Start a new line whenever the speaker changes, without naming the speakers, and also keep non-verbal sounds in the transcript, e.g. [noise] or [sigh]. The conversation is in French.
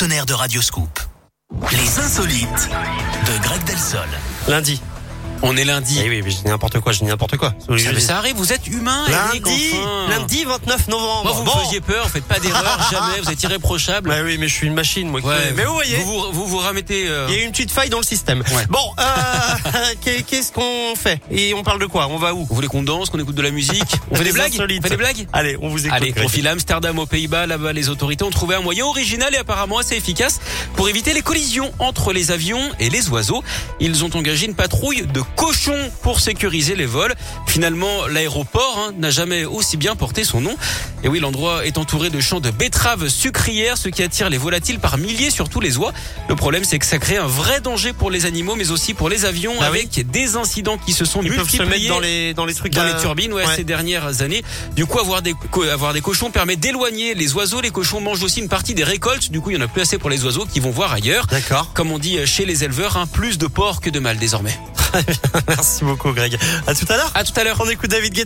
partenaire de Radioscoop. Les insolites de Greg Delsol.
Lundi.
On est lundi.
Eh oui, mais je dis n'importe quoi, je dis n'importe quoi.
Ça, mais ça arrive, vous êtes humain, Eric,
Lundi,
enfin.
lundi 29 novembre.
Moi, vous
Bon.
me faisiez peur, faites
[laughs]
pas d'erreur, jamais, vous êtes irréprochable.
Bah oui, mais je suis une machine, moi. qui-
Ouais,
mais vous voyez,
Vous vous, vous, vous remettez. euh,
il y a une petite faille dans le système.
Ouais.
Bon, euh, [laughs] qu'est- qu'est-ce qu'on fait Et on parle de quoi On va où
Vous voulez qu'on danse, qu'on écoute de la musique On fait des
Les
blagues
insolites.
On fait des blagues
Allez, on vous écoute.
Allez,
Greg.
on file à Amsterdam, aux Pays-Bas, là-bas, les autorités ont trouvé un moyen original et apparemment assez efficace pour éviter les collisions entre les avions et les oiseaux. Ils ont engagé une patrouille de cochons pour sécuriser les vols. Finalement, l'aéroport hein, n'a jamais aussi bien porté son nom. Et oui, l'endroit est entouré de champs de betteraves sucrières, ce qui attire les volatiles par milliers, surtout les oies. Le problème, c'est que ça crée un vrai danger pour les animaux, mais aussi pour les avions,
Ah oui.
avec des incidents qui se sont
Ils peuvent se
multipliés
mettre dans les dans les trucs
dans
à-
les turbines ouais,
Bah, ouais.
ces dernières années. Du coup, avoir des, co- avoir des cochons permet d'éloigner les oiseaux. Les cochons mangent aussi une partie des récoltes. Du coup, il n'y en a plus assez pour les oiseaux qui vont voir ailleurs.
D'accord. [laughs]
Comme on dit chez les éleveurs, hein, plus de porc que de mâles désormais.
Merci beaucoup, Greg. À tout à l'heure.
À tout à l'heure.
On écoute David Guetta.